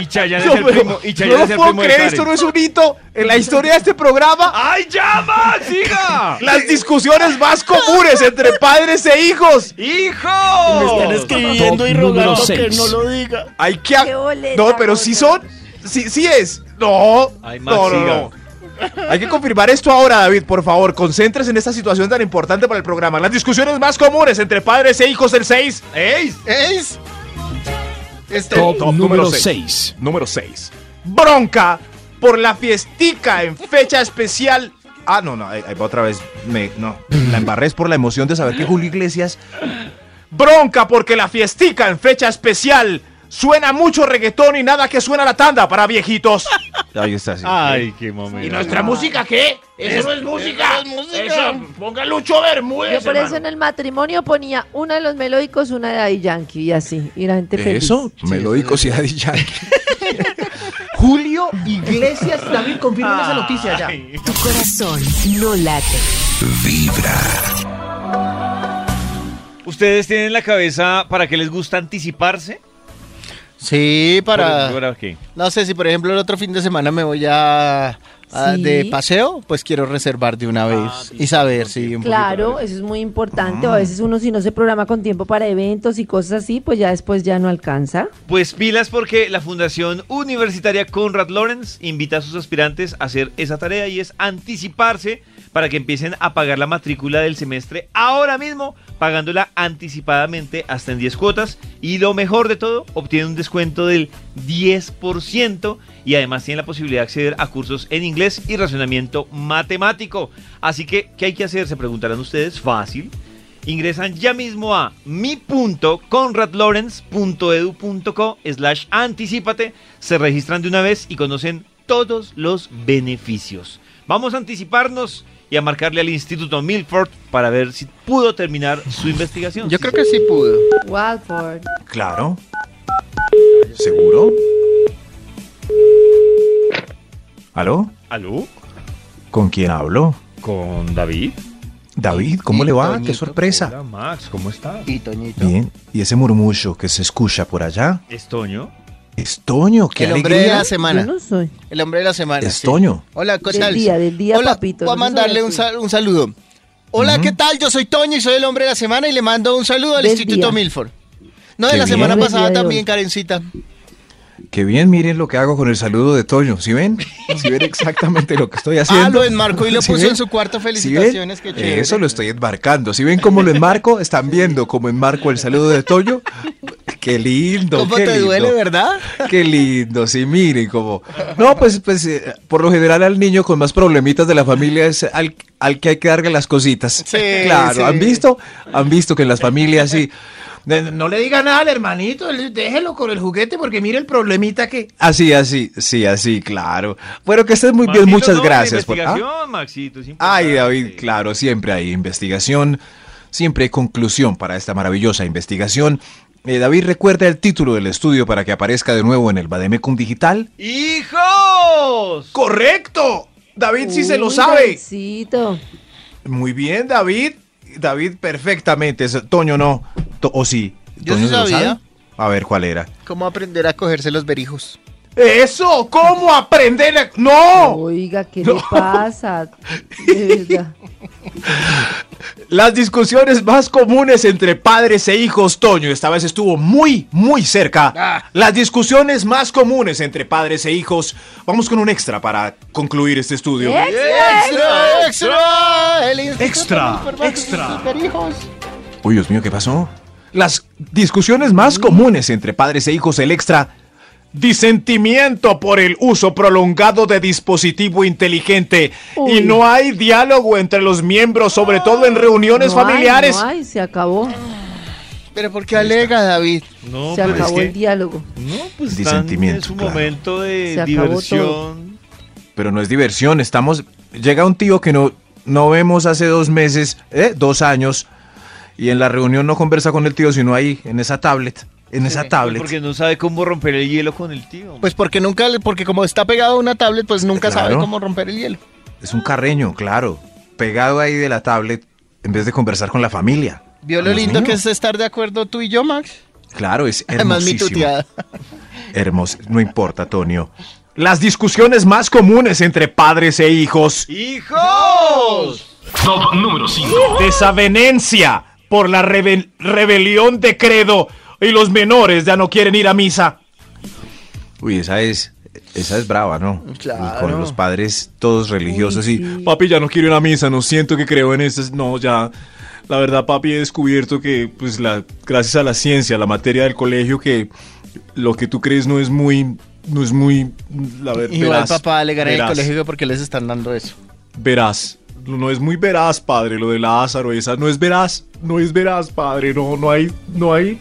[SPEAKER 5] Y Chayanne
[SPEAKER 4] No,
[SPEAKER 5] es el
[SPEAKER 4] pero
[SPEAKER 5] primo. Y Chayanne
[SPEAKER 4] no
[SPEAKER 5] es el
[SPEAKER 4] puedo
[SPEAKER 5] primo de
[SPEAKER 4] creer,
[SPEAKER 5] Karen. Ah,
[SPEAKER 4] esto no es un hito en la historia de este programa.
[SPEAKER 5] ¡Ay, ya, Max, siga!
[SPEAKER 4] Las discusiones más comunes entre padres e hijos.
[SPEAKER 5] ¡Hijo!
[SPEAKER 8] Top número 6.
[SPEAKER 6] diga.
[SPEAKER 4] Hay que... a-
[SPEAKER 7] Qué boleta,
[SPEAKER 4] No, pero sí son...
[SPEAKER 7] gordo.
[SPEAKER 4] Sí, sí es. No.
[SPEAKER 5] Ay, Max,
[SPEAKER 4] no, no, no. Hay que confirmar esto ahora, David, por favor. Concéntrese en esta situación tan importante para el programa. Las discusiones más comunes entre padres e hijos del 6.
[SPEAKER 5] ¡Ey!
[SPEAKER 6] Es. Este.
[SPEAKER 8] Top,
[SPEAKER 4] Top número
[SPEAKER 8] número
[SPEAKER 4] seis.
[SPEAKER 8] 6.
[SPEAKER 4] Número 6. Bronca por la fiestica en fecha especial. Ah, no, no, ahí- ahí va otra vez. Me, no, la embarré es por la emoción de saber que Julio Iglesias. Bronca porque la fiestica en fecha especial. Suena mucho reggaetón y nada que suena la tanda para viejitos.
[SPEAKER 5] Ahí está, sí.
[SPEAKER 4] Ah.
[SPEAKER 6] Ay, qué momento.
[SPEAKER 9] ¿Y nuestra música qué? Eso no es música. Este, Eso, ponga Lucho Bermúdez.
[SPEAKER 7] Yo por eso en
[SPEAKER 9] hermano.
[SPEAKER 7] el matrimonio ponía una de los melódicos, una de Daddy Yankee y así. Y la gente feliz.
[SPEAKER 4] Eso, melódicos y Daddy Yankee.
[SPEAKER 10] Julio Iglesias también confirma esa noticia ya.
[SPEAKER 3] Tu corazón no late.
[SPEAKER 5] ¿Ustedes tienen en la cabeza para qué les gusta anticiparse?
[SPEAKER 6] Sí, para...
[SPEAKER 5] ¿Para qué?
[SPEAKER 6] No sé, si por ejemplo el otro fin de semana me voy a, a-
[SPEAKER 7] Sí.
[SPEAKER 6] de paseo, pues quiero reservar de una vez y saber si...
[SPEAKER 7] Claro, eso es muy importante. A veces uno si no se programa con tiempo para eventos y cosas así, pues ya después ya no alcanza.
[SPEAKER 5] Pues pilas porque la Fundación Universitaria Conrad Lorenz invita a sus aspirantes a hacer esa tarea y es anticiparse para que empiecen a pagar la matrícula del semestre ahora mismo, pagándola anticipadamente hasta en 10 cuotas y lo mejor de todo, obtienen un descuento del 10% y además tienen la posibilidad de acceder a cursos en inglés y razonamiento matemático. Así que, ¿qué hay que hacer? Se preguntarán ustedes, fácil ingresan ya mismo a mi.conradlawrence.edu.co slash anticipate, se registran de una vez y conocen todos los beneficios. Vamos a anticiparnos y a marcarle al Instituto Milford para ver si pudo terminar su investigación.
[SPEAKER 6] Yo creo que sí pudo.
[SPEAKER 7] Walford.
[SPEAKER 4] Claro. ¿Seguro? ¿Aló?
[SPEAKER 5] ¿Aló?
[SPEAKER 4] ¿Con quién hablo?
[SPEAKER 5] ¿Con David?
[SPEAKER 4] David, ¿cómo le va? ¡Qué
[SPEAKER 6] Toñito,
[SPEAKER 4] sorpresa!
[SPEAKER 5] Max, ¿cómo estás?
[SPEAKER 6] Y Toñito.
[SPEAKER 4] Bien, ¿y ese murmullo que se escucha por allá?
[SPEAKER 5] Estoño.
[SPEAKER 4] Estoño, qué
[SPEAKER 6] El hombre de
[SPEAKER 4] alegría.
[SPEAKER 6] la semana.
[SPEAKER 7] Yo no soy.
[SPEAKER 6] El hombre de la semana.
[SPEAKER 4] Es
[SPEAKER 6] sí.
[SPEAKER 4] Toño.
[SPEAKER 6] Hola, ¿qué
[SPEAKER 7] Del
[SPEAKER 6] tal?
[SPEAKER 7] día, del día,
[SPEAKER 6] Hola,
[SPEAKER 7] papito,
[SPEAKER 6] Voy a
[SPEAKER 7] no soy
[SPEAKER 6] mandarle
[SPEAKER 7] el
[SPEAKER 6] un,
[SPEAKER 7] suyo.
[SPEAKER 6] sal- un saludo. Hola, ¿qué tal? Yo soy Toño y soy el hombre de la semana y le mando un saludo al
[SPEAKER 7] Del
[SPEAKER 6] Instituto
[SPEAKER 7] día.
[SPEAKER 6] Milford. No, de
[SPEAKER 4] Qué
[SPEAKER 6] la
[SPEAKER 4] bien.
[SPEAKER 6] semana
[SPEAKER 7] Del
[SPEAKER 6] pasada
[SPEAKER 7] día de hoy.
[SPEAKER 6] también, Karencita.
[SPEAKER 4] Qué bien, miren lo que hago con el saludo de Toño. ¿Sí ven? ¿Sí ven exactamente lo que estoy haciendo?
[SPEAKER 6] Ah, lo enmarcó y lo
[SPEAKER 4] ¿Sí
[SPEAKER 6] puso
[SPEAKER 4] ven?
[SPEAKER 6] en su cuarto.
[SPEAKER 4] ¿Sí ven?
[SPEAKER 6] Felicitaciones, qué chévere.
[SPEAKER 4] Eso lo estoy enmarcando. Si ven cómo lo enmarco, están viendo cómo enmarco el saludo de Toño. Qué lindo.
[SPEAKER 6] ¿Cómo
[SPEAKER 4] qué
[SPEAKER 6] te
[SPEAKER 4] lindo.
[SPEAKER 6] duele, verdad?
[SPEAKER 4] Qué lindo, sí, miren como... No, pues, pues eh, por lo general al niño con más problemitas de la familia es al, al que hay que darle las cositas.
[SPEAKER 6] Sí,
[SPEAKER 4] claro,
[SPEAKER 6] sí.
[SPEAKER 4] ¿han visto? Han visto que en las familias sí...
[SPEAKER 10] Eh, No le diga nada al hermanito, él- déjelo con el juguete porque mira el problemita que...
[SPEAKER 4] Así, así, sí, así, claro. Bueno, que estés muy bien,
[SPEAKER 5] Maxito,
[SPEAKER 4] muchas
[SPEAKER 5] no, la
[SPEAKER 4] gracias. Por, ¿Ah?
[SPEAKER 5] investigación, Maxito, es
[SPEAKER 4] Ay,
[SPEAKER 5] importante.
[SPEAKER 4] David, claro, siempre hay investigación, siempre hay conclusión para esta maravillosa investigación. Eh, David, recuerda el título del estudio para que aparezca de nuevo en el Bademecum Digital.
[SPEAKER 5] ¡Hijos!
[SPEAKER 4] ¡Correcto! David sí se lo
[SPEAKER 7] Uy, pues.
[SPEAKER 4] sabe.
[SPEAKER 7] Davidcito.
[SPEAKER 4] Muy bien, David. David, perfectamente. Es- Toño no. To- ¿O sí?
[SPEAKER 6] Yo
[SPEAKER 4] ¿Toño
[SPEAKER 6] sí
[SPEAKER 4] se lo
[SPEAKER 6] sabía.
[SPEAKER 4] sabe? A ver, ¿cuál era?
[SPEAKER 6] ¿Cómo aprender a cogerse los berijos?
[SPEAKER 10] Eso, ¿cómo aprender? a- No,
[SPEAKER 7] Oiga, ¿qué le pasa? De verdad.
[SPEAKER 4] Las discusiones más comunes entre padres e hijos, Toño, esta vez estuvo muy, muy cerca.
[SPEAKER 7] Ah.
[SPEAKER 4] Las discusiones más comunes entre padres e hijos. Vamos con un extra para concluir este estudio.
[SPEAKER 7] ¿Eh?
[SPEAKER 6] ¡Extra, extra! El Instituto
[SPEAKER 4] Extra,
[SPEAKER 6] Milford va a cogerse
[SPEAKER 4] extra.
[SPEAKER 6] sus berijos.
[SPEAKER 4] Uy, Dios mío, ¿qué pasó? Las discusiones más comunes entre padres e hijos, el extra.
[SPEAKER 10] disentimiento por el uso prolongado de dispositivo inteligente
[SPEAKER 7] Uy.
[SPEAKER 10] y no hay diálogo entre los miembros, sobre todo en reuniones
[SPEAKER 7] No hay,
[SPEAKER 10] familiares.
[SPEAKER 7] no hay, se acabó.
[SPEAKER 6] Pero ¿por qué alega, David?
[SPEAKER 5] No,
[SPEAKER 7] se
[SPEAKER 5] pero es
[SPEAKER 7] acabó
[SPEAKER 5] que-
[SPEAKER 7] el diálogo.
[SPEAKER 5] No, pues
[SPEAKER 4] Disentimiento,
[SPEAKER 5] es un
[SPEAKER 4] claro.
[SPEAKER 5] momento
[SPEAKER 7] Se
[SPEAKER 5] de
[SPEAKER 7] acabó
[SPEAKER 5] diversión.
[SPEAKER 4] Pero no es diversión, estamos... Llega un tío que no, no vemos hace dos meses, ¿eh? dos años, y en la reunión no conversa con el tío, sino ahí, en esa tablet. En esa
[SPEAKER 5] Pues
[SPEAKER 4] tablet.
[SPEAKER 5] Porque no sabe cómo romper el hielo con el tío.
[SPEAKER 6] Pues porque nunca, le- porque como está pegado a una tablet, pues nunca sabe
[SPEAKER 4] Claro.
[SPEAKER 6] cómo romper el hielo.
[SPEAKER 4] Es un carreño, claro. Pegado ahí de la tablet en vez de conversar con la familia.
[SPEAKER 6] Vio lo
[SPEAKER 4] Dios
[SPEAKER 6] lindo
[SPEAKER 4] mío.
[SPEAKER 6] que es estar de acuerdo tú y yo, Max.
[SPEAKER 4] Claro, es
[SPEAKER 6] Además, mi
[SPEAKER 4] hermosísimo.
[SPEAKER 6] tuteada.
[SPEAKER 4] Hermoso. No importa, Tonio.
[SPEAKER 10] Las discusiones más comunes entre padres e hijos.
[SPEAKER 5] ¡Hijos!
[SPEAKER 8] Top número 5.
[SPEAKER 10] Desavenencia por la rebe- rebelión de credo y los menores ya no quieren ir a misa.
[SPEAKER 4] Uy, esa es, esa es brava, ¿no?
[SPEAKER 6] Claro.
[SPEAKER 4] Con los padres todos religiosos
[SPEAKER 7] Uy,
[SPEAKER 4] y...
[SPEAKER 7] sí.
[SPEAKER 4] Papi, ya no quiero ir a misa, no siento que creo en estas... No, ya... La verdad, papi, he descubierto que, pues, la, gracias a la ciencia, la materia del colegio, que lo que tú crees no es muy... No es muy... La verdad.
[SPEAKER 6] Igual papá le gané el colegio porque les están dando eso.
[SPEAKER 4] Verás. No es muy veraz, padre, lo de Lázaro, esa no es veraz, no es veraz, padre, no, no hay, no hay,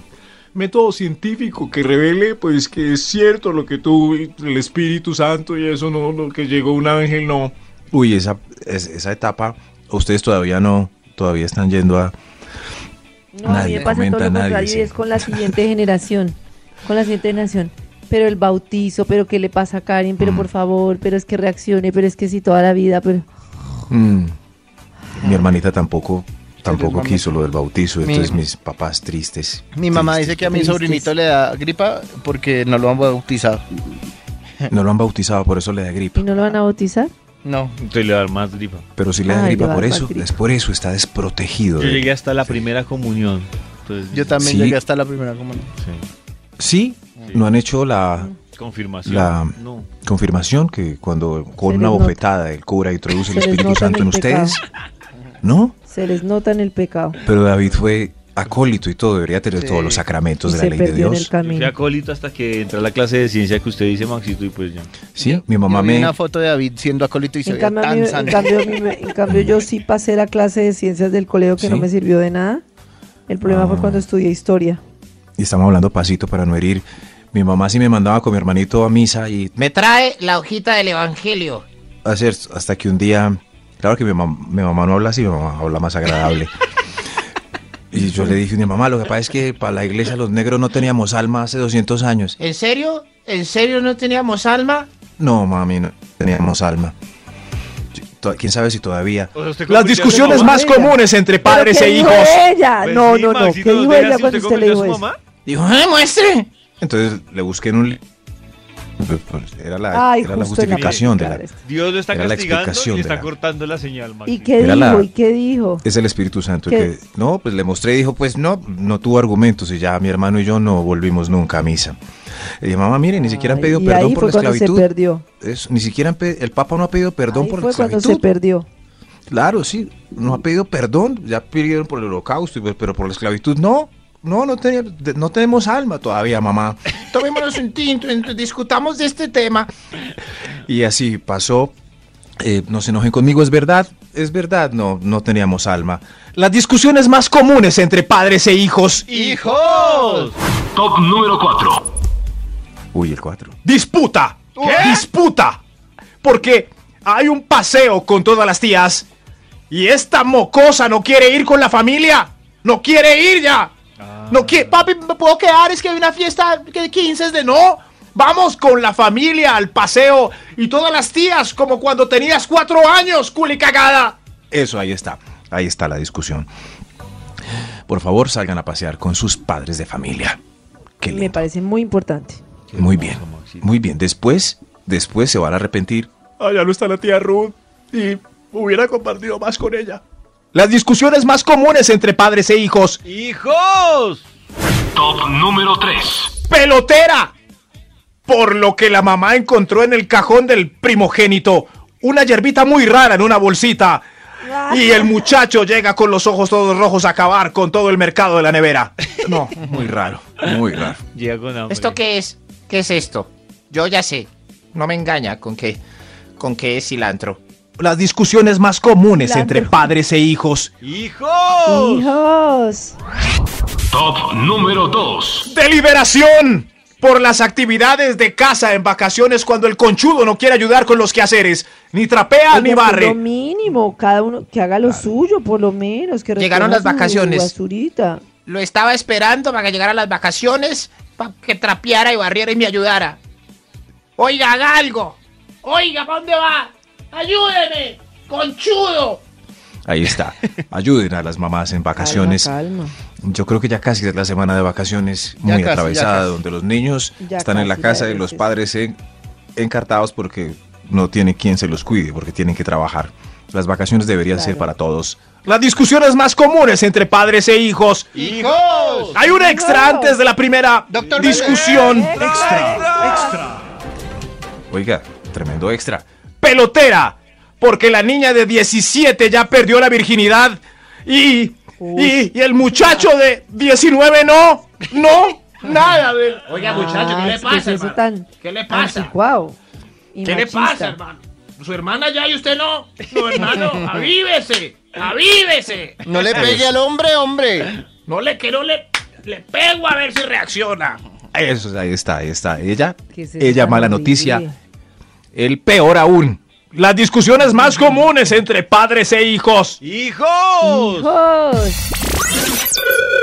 [SPEAKER 4] método científico que revele pues que es cierto lo que tú, el Espíritu Santo y eso no, lo que llegó un ángel no. Uy, esa, es- esa etapa, ustedes todavía no, todavía están yendo a...
[SPEAKER 7] No, a mí me
[SPEAKER 4] Nadie
[SPEAKER 7] pasa todo
[SPEAKER 4] comenta,
[SPEAKER 7] lo
[SPEAKER 4] nadie,
[SPEAKER 7] contrario
[SPEAKER 4] sí.
[SPEAKER 7] y es con la siguiente generación. Con la siguiente generación. Pero el bautizo, pero qué le pasa a Karen, pero por favor, pero es que reaccione, pero es que si toda la vida, pero.
[SPEAKER 4] Mm. Mi hermanita tampoco, tampoco quiso lo del bautizo, entonces mis papás tristes.
[SPEAKER 6] Mi mamá dice que a mi
[SPEAKER 7] Tristes.
[SPEAKER 6] sobrinito le da gripa porque no lo han bautizado.
[SPEAKER 4] No lo han bautizado, por eso le da gripa.
[SPEAKER 7] ¿Y no lo van a bautizar?
[SPEAKER 6] No.
[SPEAKER 5] Entonces le va a dar más gripa.
[SPEAKER 4] Pero si le da
[SPEAKER 7] Ay, le
[SPEAKER 4] gripa
[SPEAKER 7] va a
[SPEAKER 4] por
[SPEAKER 7] dar
[SPEAKER 4] eso,
[SPEAKER 7] gripa.
[SPEAKER 4] es por eso, está desprotegido.
[SPEAKER 5] Yo
[SPEAKER 4] de-
[SPEAKER 5] llegué hasta la primera comunión. Entonces,
[SPEAKER 6] Yo también
[SPEAKER 4] Sí.
[SPEAKER 6] llegué hasta la primera comunión.
[SPEAKER 5] sí.
[SPEAKER 4] Sí, no han hecho la,
[SPEAKER 5] Confirmación.
[SPEAKER 4] La-
[SPEAKER 5] No.
[SPEAKER 4] confirmación que cuando con
[SPEAKER 7] Se
[SPEAKER 4] una
[SPEAKER 7] les nota.
[SPEAKER 4] bofetada el cura introduce el
[SPEAKER 7] Se les
[SPEAKER 4] Espíritu
[SPEAKER 7] nota
[SPEAKER 4] Santo en
[SPEAKER 7] el pecado.
[SPEAKER 4] ustedes. ¿No?
[SPEAKER 7] Se les nota en el pecado.
[SPEAKER 4] Pero David fue acólito y todo, debería tener todos los
[SPEAKER 7] Y
[SPEAKER 4] sacramentos de la
[SPEAKER 7] se
[SPEAKER 4] ley de
[SPEAKER 7] perdió en el
[SPEAKER 4] Dios.
[SPEAKER 5] Yo fui
[SPEAKER 7] camino.
[SPEAKER 5] acólito hasta que entra la clase de ciencia que usted dice, Maxito, y pues yo.
[SPEAKER 4] Sí, mi mamá
[SPEAKER 6] Yo vi
[SPEAKER 4] me
[SPEAKER 6] una foto de David siendo acólito y se
[SPEAKER 7] En
[SPEAKER 6] veía
[SPEAKER 7] cambio, a mí-
[SPEAKER 6] tan sano.
[SPEAKER 7] en cambio, a mí me- en cambio, yo sí pasé la clase de ciencias del colegio que no
[SPEAKER 4] Sí. Ah.
[SPEAKER 7] me sirvió de nada. El problema fue cuando estudié historia.
[SPEAKER 4] y estamos hablando pasito para no herir. Mi mamá sí me mandaba con mi hermanito a misa y
[SPEAKER 9] Me trae la hojita del Evangelio.
[SPEAKER 4] hacer Ah, hasta que un día, claro que mi, mam- mi mamá no habla así, mi mamá habla más agradable. Y yo le dije a mi mamá, lo que pasa es que para la iglesia los negros no teníamos alma hace 200 años.
[SPEAKER 9] ¿En serio? ¿En serio no teníamos alma?
[SPEAKER 4] No, mami, no teníamos alma. Yo- to- ¿Quién sabe si todavía?
[SPEAKER 10] Las discusiones más
[SPEAKER 7] Oiga.
[SPEAKER 10] comunes entre padres
[SPEAKER 7] ¿Pero
[SPEAKER 10] e
[SPEAKER 7] qué dijo
[SPEAKER 10] hijos.
[SPEAKER 7] ella?
[SPEAKER 5] Pues
[SPEAKER 7] Ah, no,
[SPEAKER 5] sí,
[SPEAKER 7] no, no.
[SPEAKER 5] Maxito,
[SPEAKER 7] ¿Qué dijo
[SPEAKER 5] diga
[SPEAKER 7] ella
[SPEAKER 5] si
[SPEAKER 7] cuando usted le
[SPEAKER 5] convirtió a
[SPEAKER 7] dijo
[SPEAKER 5] su
[SPEAKER 7] eso?
[SPEAKER 5] mamá?
[SPEAKER 9] Dijo, ¡eh, muestre!
[SPEAKER 4] Entonces le busqué en un... li- pues, Era la,
[SPEAKER 7] Ay,
[SPEAKER 4] era la
[SPEAKER 7] justo en la
[SPEAKER 4] justificación de la...
[SPEAKER 7] palabra.
[SPEAKER 5] Dios lo está
[SPEAKER 4] Era la
[SPEAKER 5] castigando
[SPEAKER 4] explicación
[SPEAKER 5] y
[SPEAKER 4] de
[SPEAKER 5] está
[SPEAKER 4] la-
[SPEAKER 5] cortando la señal, Maxito.
[SPEAKER 7] ¿Y qué
[SPEAKER 4] Era
[SPEAKER 7] dijo?
[SPEAKER 4] la-
[SPEAKER 7] ¿Y qué dijo?
[SPEAKER 4] Es el Espíritu Santo
[SPEAKER 7] ¿Qué?
[SPEAKER 4] el que... No, pues le mostré y dijo, pues no, no tuvo argumentos y ya mi hermano y yo no volvimos nunca a misa. Y dije, mamá, mire, ni siquiera han
[SPEAKER 7] Ay,
[SPEAKER 4] pedido
[SPEAKER 7] y
[SPEAKER 4] perdón
[SPEAKER 7] ahí
[SPEAKER 4] por la
[SPEAKER 7] fue cuando
[SPEAKER 4] esclavitud.
[SPEAKER 7] se perdió.
[SPEAKER 4] Eso, ni siquiera han pe- el Papa no ha pedido perdón
[SPEAKER 7] Ahí
[SPEAKER 4] por la
[SPEAKER 7] fue cuando se
[SPEAKER 4] esclavitud.
[SPEAKER 7] perdió.
[SPEAKER 4] Claro, sí, no ha pedido perdón, ya pidieron por el holocausto, y pe- pero por la esclavitud no. No, no, te- de- no tenemos alma todavía, mamá.
[SPEAKER 9] Tomémonos un tinto, ent- discutamos de este tema.
[SPEAKER 4] Y así pasó. Eh, no se enojen conmigo, es verdad, es verdad, no, no teníamos alma.
[SPEAKER 10] Las discusiones más comunes entre padres e hijos.
[SPEAKER 5] ¡Hijos!
[SPEAKER 2] Top número 4.
[SPEAKER 4] Uy, el 4.
[SPEAKER 10] Disputa. Disputa. Porque hay un paseo con todas las tías y esta mocosa no quiere ir con la familia. No quiere ir ya. No quiere, papi, me puedo quedar, es que hay una fiesta que de 15 es de no. Vamos con la familia al paseo y todas las tías como cuando tenías cuatro años, culi cagada.
[SPEAKER 4] Eso, ahí está, ahí está la discusión. Por favor, salgan a pasear con sus padres de familia. Qué
[SPEAKER 7] Me
[SPEAKER 4] lindo.
[SPEAKER 7] parece muy importante.
[SPEAKER 4] Muy bien, muy bien. Después, después se van a arrepentir
[SPEAKER 10] Allá Ah, no está la tía Ruth y hubiera compartido más con ella. Las discusiones más comunes entre padres e hijos.
[SPEAKER 5] ¡Hijos!
[SPEAKER 2] Top número 3.
[SPEAKER 10] pelotera. Por lo que la mamá encontró en el cajón del primogénito una hierbita muy rara en una bolsita. Y el muchacho llega con los ojos todos rojos a acabar con todo el mercado de la nevera. No.
[SPEAKER 4] Muy raro, muy raro.
[SPEAKER 5] Llega con hambre.
[SPEAKER 9] ¿Esto qué es? ¿Qué es esto? Yo ya sé. No me engaña con que, con que es cilantro.
[SPEAKER 10] Las discusiones más comunes
[SPEAKER 7] Claro.
[SPEAKER 10] entre padres e hijos.
[SPEAKER 5] ¡Hijos!
[SPEAKER 7] ¡Hijos!
[SPEAKER 2] Top número 2.
[SPEAKER 10] Deliberación por las actividades de casa en vacaciones cuando el conchudo no quiere ayudar con los quehaceres. Ni trapea
[SPEAKER 7] Oiga,
[SPEAKER 10] ni
[SPEAKER 7] pues Lo
[SPEAKER 10] barre.
[SPEAKER 7] mínimo, cada uno que haga lo suyo, por lo menos. Que
[SPEAKER 9] Llegaron
[SPEAKER 7] recoja
[SPEAKER 9] las
[SPEAKER 7] su
[SPEAKER 9] vacaciones.
[SPEAKER 7] basurita.
[SPEAKER 9] Lo estaba esperando para que llegaran las vacaciones, para que trapeara y barriera y me ayudara. Oiga, haga algo. Oiga, ¿para dónde va? Ayúdeme, conchudo.
[SPEAKER 4] Ahí está. Ayuden a las mamás en vacaciones.
[SPEAKER 7] Calma, calma.
[SPEAKER 4] Yo creo que ya casi es la semana de vacaciones muy
[SPEAKER 6] casi, ya
[SPEAKER 4] atravesada,
[SPEAKER 6] casi.
[SPEAKER 4] donde los niños
[SPEAKER 7] Ya
[SPEAKER 4] están en la
[SPEAKER 7] casi, ya
[SPEAKER 4] casa y los
[SPEAKER 7] casi.
[SPEAKER 4] padres en- encartados porque no tiene quien se los cuide, porque tienen que trabajar. Las vacaciones deberían ser para todos.
[SPEAKER 10] Las discusiones más comunes entre padres e hijos.
[SPEAKER 5] ¡Hijos!
[SPEAKER 10] Hay un extra antes de la primera
[SPEAKER 6] Doctor
[SPEAKER 10] discusión.
[SPEAKER 4] Oiga, tremendo extra.
[SPEAKER 10] Pelotera. Porque la niña de 17 ya perdió la virginidad. Y, y, y el muchacho de 19 no. No. Nada. de-
[SPEAKER 9] Oiga, muchacho,
[SPEAKER 7] Ah,
[SPEAKER 9] ¿qué le
[SPEAKER 7] es que es
[SPEAKER 9] pasa,
[SPEAKER 7] eso
[SPEAKER 9] hermano?
[SPEAKER 7] tan pues,
[SPEAKER 9] ¿Qué le pasa?
[SPEAKER 7] anticuado y
[SPEAKER 9] ¿Qué le pasa,
[SPEAKER 7] machista.
[SPEAKER 9] hermano? Pues, Su hermana ya y usted no. No, hermano, avívese, avívese.
[SPEAKER 6] No le pegue al hombre, hombre.
[SPEAKER 9] No le, que no le, Le pego a ver si reacciona.
[SPEAKER 11] Eso, ahí está, ahí está. Ella,
[SPEAKER 7] ¿Qué es
[SPEAKER 11] ella
[SPEAKER 7] esta
[SPEAKER 11] mala
[SPEAKER 7] novillería?
[SPEAKER 11] noticia. El peor aún.
[SPEAKER 4] Las discusiones más comunes entre padres e hijos.
[SPEAKER 5] ¡Hijos!
[SPEAKER 7] Hijos.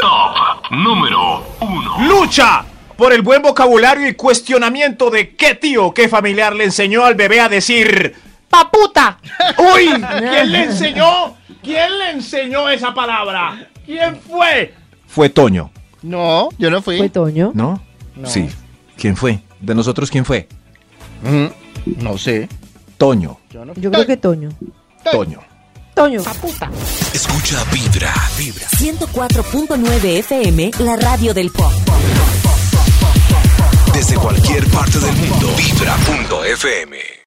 [SPEAKER 12] Top número 1.
[SPEAKER 4] Lucha por el buen vocabulario y cuestionamiento de qué tío, qué familiar le enseñó al bebé a decir
[SPEAKER 9] ¡Paputa!
[SPEAKER 4] ¡Uy! ¿Quién le enseñó? ¿Quién le enseñó esa palabra? ¿Quién fue?
[SPEAKER 11] Fue Toño,
[SPEAKER 6] No, yo no fui.
[SPEAKER 7] ¿Fue Toño?
[SPEAKER 11] ¿no? Sí. ¿Quién fue? De nosotros, ¿quién fue?
[SPEAKER 6] Mm, No sé.
[SPEAKER 11] Toño,
[SPEAKER 7] Yo creo que Toño.
[SPEAKER 11] Toño.
[SPEAKER 7] Toño.
[SPEAKER 3] 104.9 FM, la radio del pop.
[SPEAKER 13] Desde cualquier parte del mundo. Vibra.fm.